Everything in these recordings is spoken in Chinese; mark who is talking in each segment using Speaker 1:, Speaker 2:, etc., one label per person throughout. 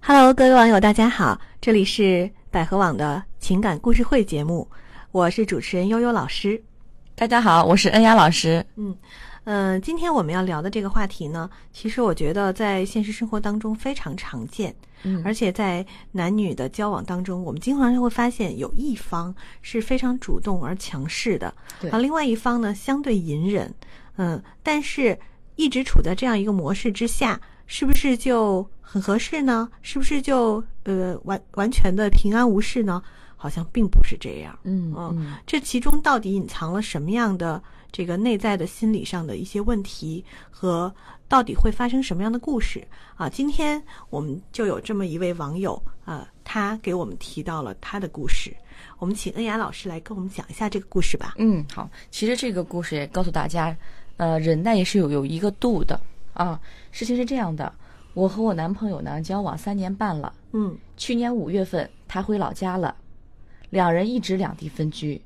Speaker 1: Hello，各位网友，大家好，这里是百合网的情感故事会节目，我是主持人悠悠老师。
Speaker 2: 大家好，我是恩雅老师。
Speaker 1: 嗯、今天我们要聊的这个话题呢，其实我觉得在现实生活当中非常常见，
Speaker 2: 嗯
Speaker 1: 而且在男女的交往当中，我们经常会发现有一方是非常主动而强势的，
Speaker 2: 对
Speaker 1: 而另外一方呢相对隐忍，嗯，但是一直处在这样一个模式之下，是不是就很合适呢？是不是就呃完完全的平安无事呢？好像并不是这样。
Speaker 2: 嗯
Speaker 1: 嗯这其中到底隐藏了什么样的这个内在的心理上的一些问题，和到底会发生什么样的故事啊？今天我们就有这么一位网友啊，他给我们提到了他的故事，我们请恩雅老师来跟我们讲一下这个故事吧。
Speaker 2: 嗯，好。其实这个故事也告诉大家，呃，忍耐也是有有一个度的啊。事情是这样的，我和我男朋友呢交往三年半了，
Speaker 1: 嗯
Speaker 2: 去年五月份他回老家了，两人一直两地分居。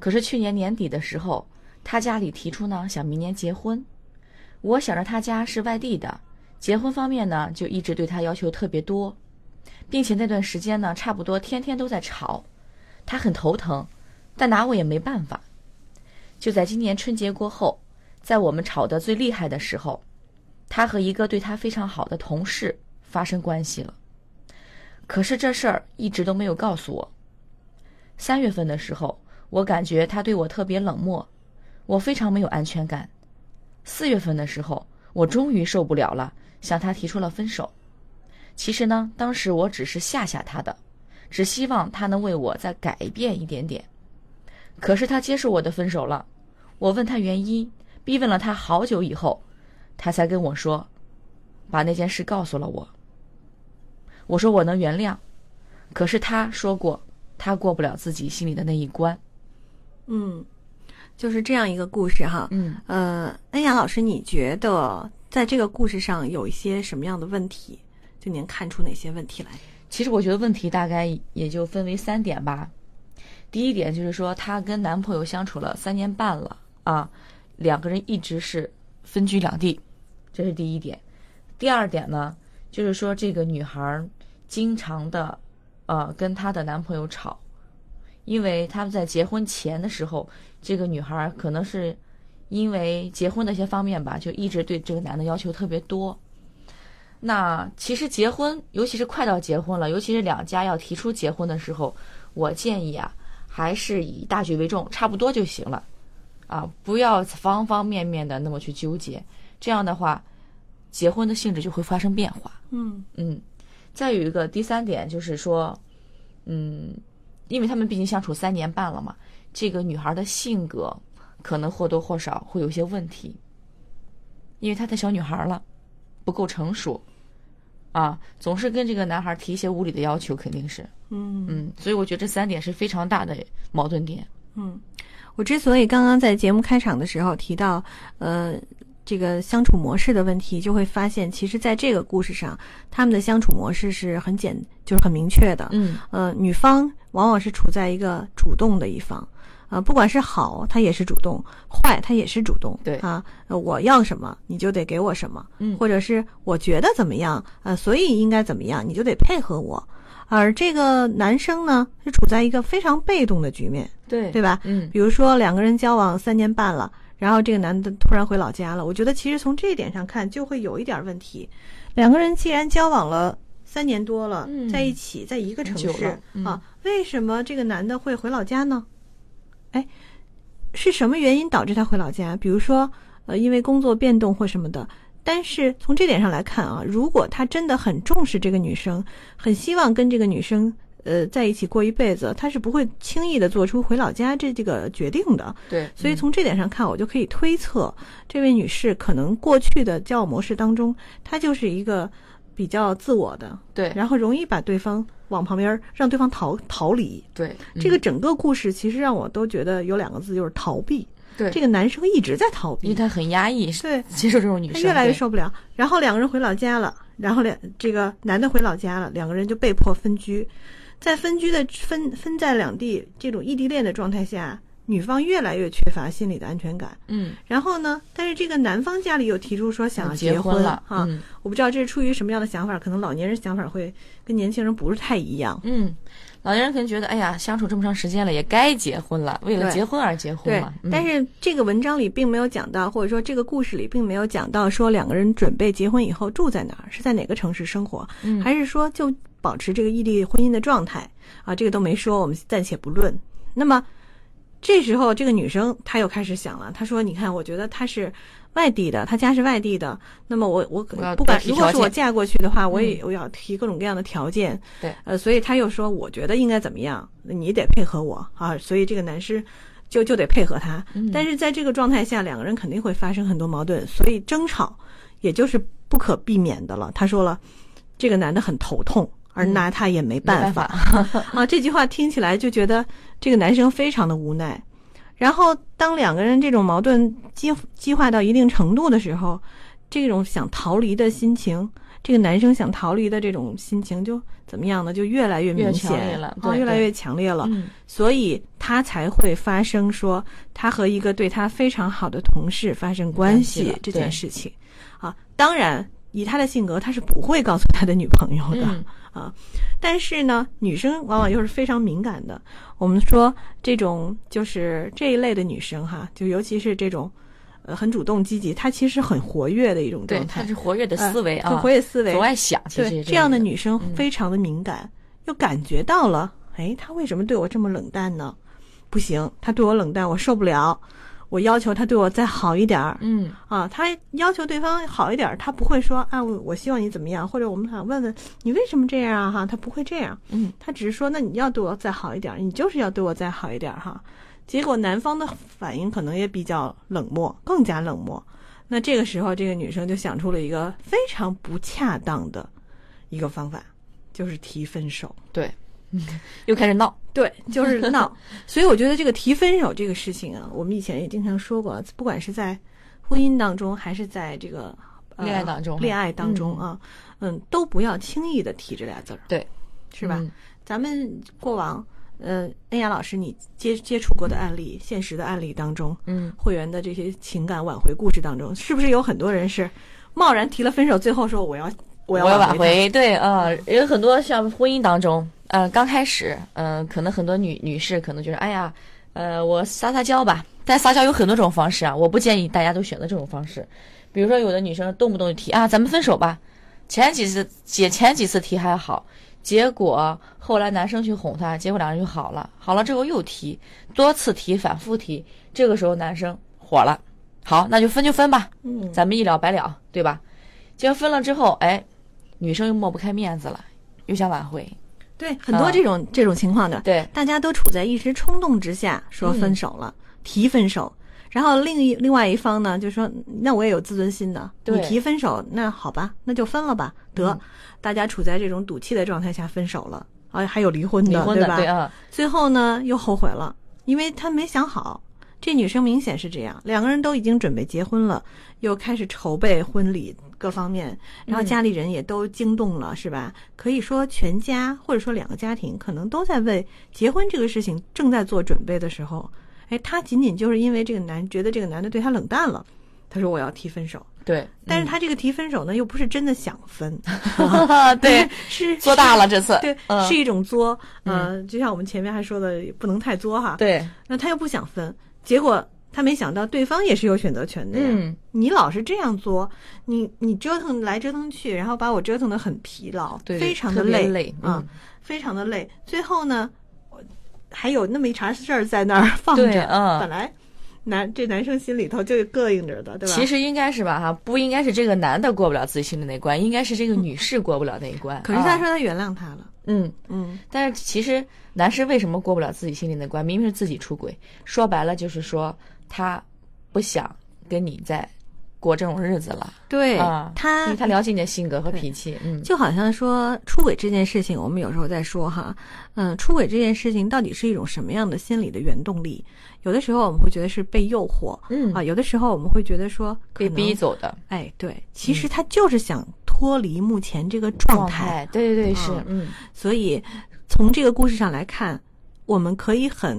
Speaker 2: 可是去年年底的时候，他家里提出呢想明年结婚，我想着他家是外地的，结婚方面呢就一直对他要求特别多，并且那段时间呢差不多天天都在吵，他很头疼，但拿我也没办法。就在今年春节过后，在我们吵得最厉害的时候，他和一个对他非常好的同事发生关系了。可是这事儿一直都没有告诉我。三月份的时候，我感觉他对我特别冷漠，我非常没有安全感。四月份的时候，我终于受不了了，向他提出了分手。其实呢，当时我只是吓吓他的，只希望他能为我再改变一点点。可是他接受我的分手了，我问他原因，逼问了他好久以后，他才跟我说，把那件事告诉了我。我说我能原谅，可是他说过，他过不了自己心里的那一关。
Speaker 1: 嗯，就是这样一个故事哈。
Speaker 2: 嗯，
Speaker 1: 呃，恩雅老师，你觉得在这个故事上有一些什么样的问题？就您看出哪些问题来？
Speaker 2: 其实我觉得问题大概也就分为三点吧。第一点就是说，她跟男朋友相处了三年半了啊，两个人一直是分居两地，这是第一点。第二点呢，就是说这个女孩儿经常的，呃，跟她的男朋友吵，因为他们在结婚前的时候，这个女孩儿可能是因为结婚的一些方面吧，就一直对这个男的要求特别多。那其实结婚，尤其是快到结婚了，尤其是两家要提出结婚的时候，我建议啊，还是以大局为重，差不多就行了，啊，不要方方面面的那么去纠结，这样的话，结婚的性质就会发生变化。
Speaker 1: 嗯
Speaker 2: 嗯，再有一个第三点就是说，嗯，因为他们毕竟相处三年半了嘛，这个女孩的性格可能或多或少会有些问题，因为她太小女孩了，不够成熟，啊，总是跟这个男孩提一些无理的要求，肯定是，
Speaker 1: 嗯。
Speaker 2: 嗯，所以我觉得这三点是非常大的矛盾点。
Speaker 1: 嗯，我之所以刚刚在节目开场的时候提到，呃，这个相处模式的问题，就会发现，其实在这个故事上，他们的相处模式是很简，就是很明确的。
Speaker 2: 嗯
Speaker 1: 呃，女方往往是处在一个主动的一方，呃，不管是好，她也是主动；坏，她也是主动。
Speaker 2: 对
Speaker 1: 啊，呃我要什么，你就得给我什么，
Speaker 2: 嗯
Speaker 1: 或者是我觉得怎么样，呃，所以应该怎么样，你就得配合我。而这个男生呢，是处在一个非常被动的局面，
Speaker 2: 对
Speaker 1: 对吧？
Speaker 2: 嗯
Speaker 1: 比如说两个人交往三年半了，然后这个男的突然回老家了，我觉得其实从这一点上看就会有一点问题。两个人既然交往了三年多了，
Speaker 2: 嗯
Speaker 1: 在一起在一个城
Speaker 2: 很久
Speaker 1: 市
Speaker 2: 了、嗯
Speaker 1: 啊，为什么这个男的会回老家呢？哎，是什么原因导致他回老家？比如说，呃，因为工作变动或什么的。但是从这点上来看啊，如果他真的很重视这个女生，很希望跟这个女生呃在一起过一辈子，他是不会轻易的做出回老家这这个决定的。
Speaker 2: 对，嗯
Speaker 1: 所以从这点上看，我就可以推测，这位女士可能过去的交往模式当中，她就是一个比较自我的，
Speaker 2: 对
Speaker 1: 然后容易把对方往旁边儿让对方逃逃离。
Speaker 2: 对嗯
Speaker 1: 这个整个故事其实让我都觉得有两个字，就是逃避。
Speaker 2: 对
Speaker 1: 这个男生一直在逃
Speaker 2: 因
Speaker 1: 避，
Speaker 2: 为她很压抑，
Speaker 1: 对，
Speaker 2: 接受这种女
Speaker 1: 他
Speaker 2: 生
Speaker 1: 越来越
Speaker 2: 对
Speaker 1: 受不了。然后两个人回老家了，然后两这个男的回老家了，两个人就被迫分居。在分居的分分在两地这种异地恋的状态下，女方越来越缺乏心理的安全感。
Speaker 2: 嗯，
Speaker 1: 然后呢，但是这个男方家里又提出说想要
Speaker 2: 结
Speaker 1: 婚
Speaker 2: 了
Speaker 1: 哈、
Speaker 2: 嗯
Speaker 1: 我不知道这是出于什么样的想法，可能老年人想法会跟年轻人不是太一样。
Speaker 2: 嗯，老年人可能觉得，哎呀，相处这么长时间了，也该结婚了，为了
Speaker 1: 对
Speaker 2: 结婚而结婚
Speaker 1: 对
Speaker 2: 嘛。嗯、
Speaker 1: 但是这个文章里并没有讲到，或者说这个故事里并没有讲到说两个人准备结婚以后住在哪儿，是在哪个城市生活，
Speaker 2: 嗯
Speaker 1: 还是说就保持这个异地婚姻的状态啊？这个都没说，我们暂且不论。那么这时候，这个女生她又开始想了，她说：“你看，我觉得她是外地的，她家是外地的，那么我我
Speaker 2: 我要
Speaker 1: 不管
Speaker 2: 多提
Speaker 1: 如果
Speaker 2: 条
Speaker 1: 是我
Speaker 2: 件嗯
Speaker 1: 嫁过去的话，我也我要提各种各样的条件。
Speaker 2: 对
Speaker 1: 呃，所以她又说，我觉得应该怎么样，你得配合我啊。所以这个男士就就得配合她。
Speaker 2: 嗯
Speaker 1: 但是在这个状态下，两个人肯定会发生很多矛盾，所以争吵也就是不可避免的了。她说了，这个男的很头痛，而拿他也嗯没
Speaker 2: 没
Speaker 1: 办
Speaker 2: 办
Speaker 1: 法。啊，这句话听起来就觉得这个男生非常的无奈。然后，当两个人这种矛盾激激化到一定程度的时候，这种想逃离的心情，这个男生想逃离的这种心情就怎么样呢？就越来越明显
Speaker 2: 越强烈了
Speaker 1: 啊，
Speaker 2: 对
Speaker 1: 越来
Speaker 2: 对
Speaker 1: 越强烈了。
Speaker 2: 嗯
Speaker 1: 所以他才会发生说他和一个对他非常好的同事发生关
Speaker 2: 关系
Speaker 1: 系
Speaker 2: 了
Speaker 1: 这件
Speaker 2: 对
Speaker 1: 事情。啊，当然，以他的性格，他是不会告诉他的女朋友的。
Speaker 2: 嗯
Speaker 1: 但是呢，女生往往又是非常敏感的。我们说这种就是这一类的女生哈，就尤其是这种，呃，很主动积极，她其实很活跃的一种
Speaker 2: 对
Speaker 1: 状，态
Speaker 2: 他，是活跃的思维
Speaker 1: 呃
Speaker 2: 啊，
Speaker 1: 很活跃思维，
Speaker 2: 总爱想，其实
Speaker 1: 对
Speaker 2: 也
Speaker 1: 这样的
Speaker 2: 的
Speaker 1: 女生
Speaker 2: 嗯
Speaker 1: 非常的敏感，又感觉到了，哎，她为什么对我这么冷淡呢？不行，她对我冷淡，我受不了，我要求她对我再好一点儿。
Speaker 2: 嗯
Speaker 1: 啊，他要求对方好一点儿，他不会说啊，我我希望你怎么样，或者我们想问问你为什么这样啊哈、他不会这样，
Speaker 2: 嗯，
Speaker 1: 他只是说那你要对我再好一点儿，你就是要对我再好一点儿哈、结果男方的反应可能也比较冷漠，更加冷漠。那这个时候，这个女生就想出了一个非常不恰当的一个方法，就是提分手。
Speaker 2: 对，又开始闹，
Speaker 1: 对，就是闹。所以我觉得这个提分手这个事情啊，我们以前也经常说过，不管是在婚姻当中，还是在这个、呃
Speaker 2: 恋爱当中
Speaker 1: 恋爱当中啊，嗯都不要轻易的提这俩字儿，
Speaker 2: 对，
Speaker 1: 是吧？
Speaker 2: 嗯
Speaker 1: 咱们过往，呃，恩雅老师你接接触过的案例，现实的案例当中，
Speaker 2: 嗯，
Speaker 1: 会员的这些情感挽回故事当中，是不是有很多人是贸然提了分手，最后说我要我要
Speaker 2: 我要挽
Speaker 1: 挽回嗯
Speaker 2: 回，对啊、呃有很多像婚姻当中，呃，刚开始，嗯、可能很多女女士可能觉得，哎呀，呃，我撒撒娇吧。但撒娇有很多种方式啊，我不建议大家都选择这种方式。比如说，有的女生动不动就提啊，咱们分手吧。前几次姐前几次提还好，结果后来男生去哄她，结果两人就好了。好了之后又提，多次提，反复提。这个时候男生火了，好，那就分就分吧，
Speaker 1: 嗯，
Speaker 2: 咱们一了百了，对吧？结果分了之后，哎，女生又抹不开面子了，又想挽回。
Speaker 1: 对，很
Speaker 2: 嗯
Speaker 1: 多这种、这种情况的，
Speaker 2: 对，
Speaker 1: 大家都处在一时冲动之下说
Speaker 2: 嗯
Speaker 1: 分手了，提分手，然后另一另外一方呢就说，那我也有自尊心的，
Speaker 2: 对
Speaker 1: 你提分手，那好吧，那就分了吧，得，
Speaker 2: 嗯
Speaker 1: 大家处在这种赌气的状态下分手了，啊，还有离婚的，
Speaker 2: 离婚的
Speaker 1: 对吧？
Speaker 2: 对啊，
Speaker 1: 最后呢又后悔了，因为他没想好。这女生明显是这样，两个人都已经准备结婚了，又开始筹备婚礼各方面，然后
Speaker 2: 嗯
Speaker 1: 家里人也都惊动了，是吧？可以说全家或者说两个家庭可能都在为结婚这个事情正在做准备的时候，哎，她仅仅就是因为这个男觉得这个男的对她冷淡了，她说我要提分手，
Speaker 2: 对，
Speaker 1: 但是她这个提分手呢又不是真的想分，
Speaker 2: 嗯 对，
Speaker 1: 是
Speaker 2: 做大了这次，
Speaker 1: 对，
Speaker 2: 嗯
Speaker 1: 是一种作，呃，就像我们前面还说的，不能太作哈。，
Speaker 2: 对，
Speaker 1: 那他又不想分，结果他没想到对方也是有选择权的呀。
Speaker 2: 嗯，
Speaker 1: 你老是这样作，你你折腾来折腾去，然后把我折腾的很疲劳，
Speaker 2: 对，
Speaker 1: 非常的
Speaker 2: 特别
Speaker 1: 累
Speaker 2: 累
Speaker 1: 啊、
Speaker 2: 嗯
Speaker 1: 非常的累。最后呢，我还有那么一茬事儿在那儿啊放
Speaker 2: 对
Speaker 1: 着，
Speaker 2: 嗯
Speaker 1: 本来男这男生心里头就膈应着的，对吧？
Speaker 2: 其实应该是吧，哈，不应该是这个男的过不了自己心里那关，应该是这个女士过不了那一关。
Speaker 1: 可是他
Speaker 2: 啊
Speaker 1: 说他原谅他了，
Speaker 2: 嗯，
Speaker 1: 嗯，
Speaker 2: 但是其实男士为什么过不了自己心里那关？明明是自己出轨，说白了就是说他不想跟你再过这种日子了，
Speaker 1: 对
Speaker 2: 啊因
Speaker 1: 他
Speaker 2: 为他了解你的性格和
Speaker 1: 对
Speaker 2: 脾气。嗯，
Speaker 1: 就好像说出轨这件事情，我们有时候在说哈，嗯，出轨这件事情到底是一种什么样的心理的原动力？有的时候我们会觉得是被诱惑，
Speaker 2: 嗯
Speaker 1: 啊，有的时候我们会觉得说
Speaker 2: 被逼嗯
Speaker 1: 走，
Speaker 2: 走的
Speaker 1: 哎，对，其实他就是想脱离目前这个状态，，
Speaker 2: 对对对，是
Speaker 1: 嗯，
Speaker 2: 嗯，
Speaker 1: 所以从这个故事上来看，我们可以很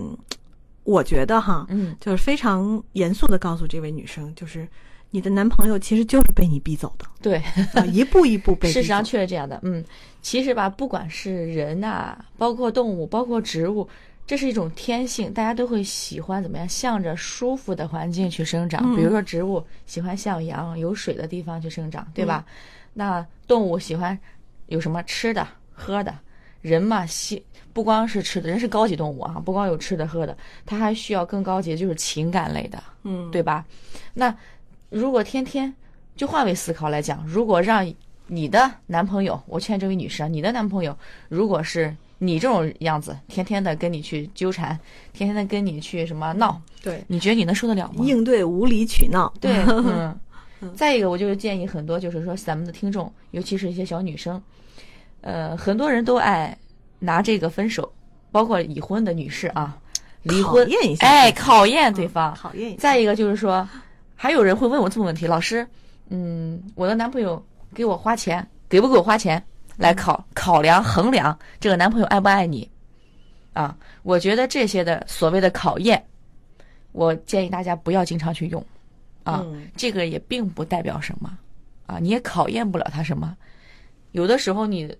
Speaker 1: 我觉得哈，
Speaker 2: 嗯，
Speaker 1: 就是非常严肃的告诉这位女生，就是你的男朋友其实就是被你逼走的，
Speaker 2: 对，
Speaker 1: 啊，一步一步被逼走。
Speaker 2: 事实上确实这样的。嗯，其实吧，不管是人呐、包括动物，包括植物，这是一种天性，大家都会喜欢怎么样，向着舒服的环境去生长。
Speaker 1: 嗯
Speaker 2: 比如说植物喜欢向阳、有水的地方去生长，对
Speaker 1: 嗯
Speaker 2: 吧？那动物喜欢有什么吃的、喝的。人嘛，喜不光是吃的，人是高级动物啊，不光有吃的喝的，它还需要更高级，就是情感类的。
Speaker 1: 嗯，
Speaker 2: 对吧？那如果天天就换位思考来讲，如果让你的男朋友，我劝这位女士啊，你的男朋友如果是你这种样子，天天的跟你去纠缠，天天的跟你去什么闹，
Speaker 1: 对，
Speaker 2: 你觉得你能受得了吗？
Speaker 1: 应对无理取闹。
Speaker 2: 对，嗯。再一个，我就是建议很多，就是说咱们的听众，尤其是一些小女生，呃，很多人都爱拿这个分手，包括已婚的女士啊，离
Speaker 1: 考
Speaker 2: 婚
Speaker 1: 验一下
Speaker 2: 哎，
Speaker 1: 对方
Speaker 2: 考验对方，
Speaker 1: 考验一下，
Speaker 2: 再一个就是说，还有人会问我这么问题，老师，嗯，我的男朋友给我花钱，给不给我花钱来考考量衡量这个男朋友爱不爱你，啊，我觉得这些的所谓的考验，我建议大家不要经常去用，啊，
Speaker 1: 嗯
Speaker 2: 这个也并不代表什么，啊，你也考验不了他什么，有的时候你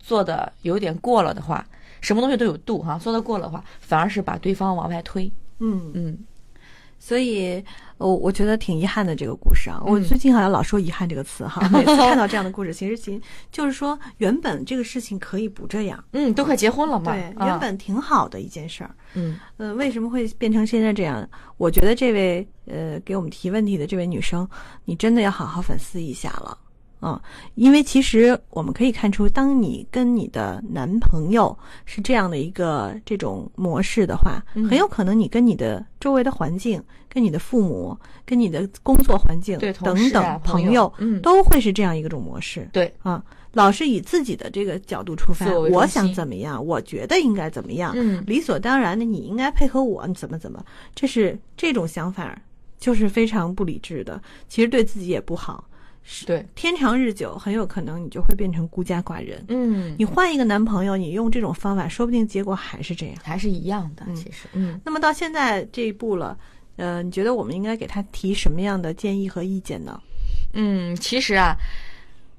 Speaker 2: 做的有点过了的话，什么东西都有度哈、做的过了的话，反而是把对方往外推，
Speaker 1: 嗯，
Speaker 2: 嗯。
Speaker 1: 所以我我觉得挺遗憾的这个故事啊。我最近好像老说遗憾这个词 哈，每次看到这样的故事，其实其就是说原本这个事情可以不这样，
Speaker 2: 嗯，都快结婚了嘛。
Speaker 1: 对，
Speaker 2: 啊
Speaker 1: 原本挺好的一件事儿。
Speaker 2: 嗯
Speaker 1: 呃，为什么会变成现在这样？我觉得这位呃给我们提问题的这位女生，你真的要好好反思一下了啊、因为其实我们可以看出，当你跟你的男朋友是这样的一个这种模式的话，
Speaker 2: 嗯
Speaker 1: 很有可能你跟你的周围的环境、跟你的父母、跟你的工作环境
Speaker 2: 对，同
Speaker 1: 等
Speaker 2: 事
Speaker 1: 等
Speaker 2: 啊、
Speaker 1: 朋
Speaker 2: 友，嗯，
Speaker 1: 都会是这样一个种模式。
Speaker 2: 对，
Speaker 1: 啊，老是以自己的这个角度出发
Speaker 2: 自我，为中
Speaker 1: 我想
Speaker 2: 心
Speaker 1: 怎么样，我觉得应该怎么样，
Speaker 2: 嗯，
Speaker 1: 理所当然的，你应该配合我，你怎么怎么，这是这种想法就是非常不理智的，其实对自己也不好。
Speaker 2: 对，
Speaker 1: 天长日久，很有可能你就会变成孤家寡人。
Speaker 2: 嗯，
Speaker 1: 你换一个男朋友，你用这种方法，说不定结果还是这样。
Speaker 2: 还是一样的，其实，嗯
Speaker 1: 那么到现在这一步了，呃，你觉得我们应该给他提什么样的建议和意见呢？
Speaker 2: 嗯，其实啊，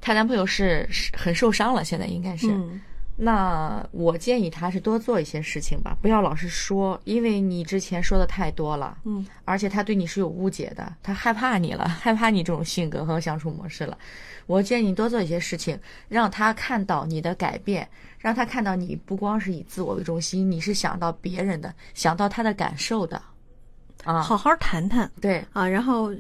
Speaker 2: 她男朋友是是很受伤了，现在应该是。
Speaker 1: 嗯
Speaker 2: 那我建议她是多做一些事情吧，不要老是说，因为你之前说的太多了，
Speaker 1: 嗯
Speaker 2: 而且他对你是有误解的，他害怕你了， 害怕你这种性格和相处模式了。我建议你多做一些事情，让他看到你的改变，让他看到你不光是以自我为中心，你是想到别人的，想到他的感受的。啊，，
Speaker 1: 好好谈谈。
Speaker 2: 对，
Speaker 1: 啊，然后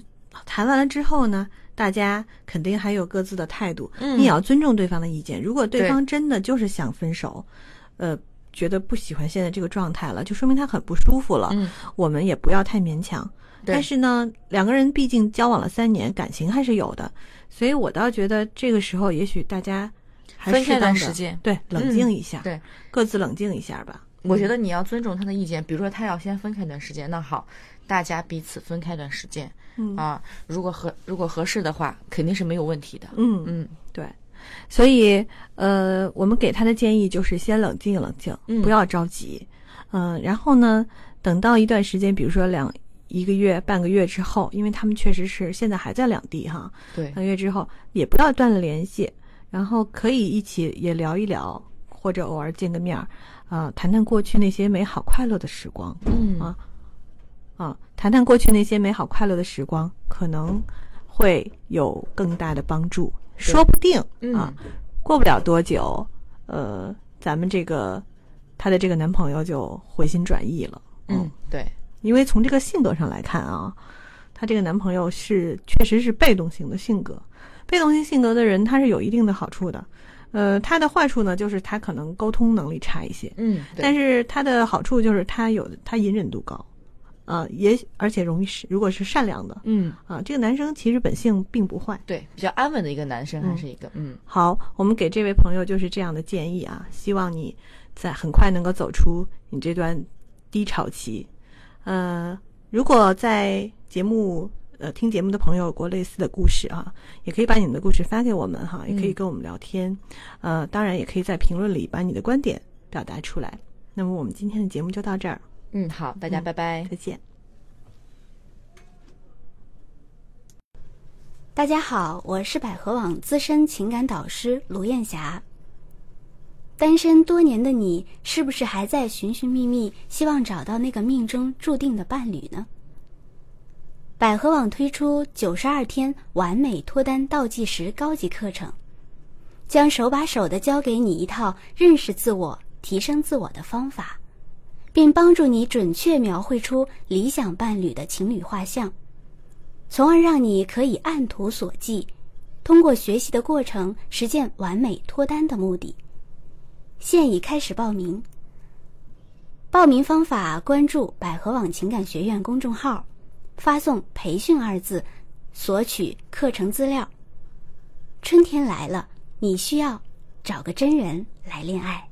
Speaker 1: 谈完了之后呢，大家肯定还有各自的态度，
Speaker 2: 嗯
Speaker 1: 你也要尊重对方的意见。如果对
Speaker 2: 对
Speaker 1: 方真的就是想分手，呃，觉得不喜欢现在这个状态了，就说明他很不舒服了。
Speaker 2: 嗯，
Speaker 1: 我们也不要太勉强。
Speaker 2: 对
Speaker 1: 但是呢，两个人毕竟交往了三年，感情还是有的，所以我倒觉得这个时候也许大家还
Speaker 2: 分
Speaker 1: 适
Speaker 2: 开一
Speaker 1: 当
Speaker 2: 段
Speaker 1: 地
Speaker 2: 时间嗯
Speaker 1: 对，冷静一下，
Speaker 2: 对，
Speaker 1: 各自冷静一下吧。
Speaker 2: 我觉得你要尊重他的意见，比如说他要先分开一段时间，那好，大家彼此分开一段时间
Speaker 1: 嗯
Speaker 2: 啊，如果合如果合适的话，肯定是没有问题的。
Speaker 1: 嗯
Speaker 2: 嗯，
Speaker 1: 对，所以呃，我们给他的建议就是先冷静冷静，
Speaker 2: 嗯
Speaker 1: 不要着急，嗯、然后呢，等到一段时间，比如说两一个月、半个月之后，因为他们确实是现在还在两地哈，
Speaker 2: 对
Speaker 1: 半，个月之后也不要断了联系，然后可以一起也聊一聊，或者偶尔见个面儿，啊、谈谈过去那些美好快乐的时光。
Speaker 2: 嗯
Speaker 1: 啊啊，谈谈过去那些美好快乐的时光，可能会有更大的帮助，说不定、
Speaker 2: 嗯
Speaker 1: 啊，过不了多久，呃，咱们这个她的这个男朋友就回心转意了，哦
Speaker 2: 嗯，对，
Speaker 1: 因为从这个性格上来看啊，她这个男朋友是确实是被动型的性格，被动型性格的人他是有一定的好处的，呃，他的坏处呢就是他可能沟通能力差一些，
Speaker 2: 嗯，对
Speaker 1: 但是它的好处就是它有它隐忍度高，啊、也而且容易是如果是善良的
Speaker 2: 嗯。
Speaker 1: 啊、这个男生其实本性并不坏。
Speaker 2: 对，比较安稳的一个男生，
Speaker 1: 嗯
Speaker 2: 还是一个嗯
Speaker 1: 好，我们给这位朋友就是这样的建议啊，希望你在很快能够走出你这段低潮期。呃，如果在节目呃听节目的朋友有过类似的故事啊，也可以把你们的故事发给我们哈，也可以
Speaker 2: 嗯
Speaker 1: 跟我们聊天。呃，当然也可以在评论里把你的观点表达出来。那么我们今天的节目就到这儿，
Speaker 2: 嗯，好，大家拜拜。
Speaker 1: 再见。
Speaker 3: 大家好，我是百合网资深情感导师卢艳霞。单身多年的你，是不是还在寻寻觅觅，希望找到那个命中注定的伴侣呢？百合网推出九十二天完美脱单倒计时高级课程，将手把手的教给你一套认识自我、提升自我的方法，并帮助你准确描绘出理想伴侣的情侣画像。从而让你可以按图索骥，通过学习的过程实现完美脱单的目的。现已开始报名，报名方法关注百合网情感学院公众号，发送“培训”二字，索取课程资料。春天来了，你需要找个真人来恋爱。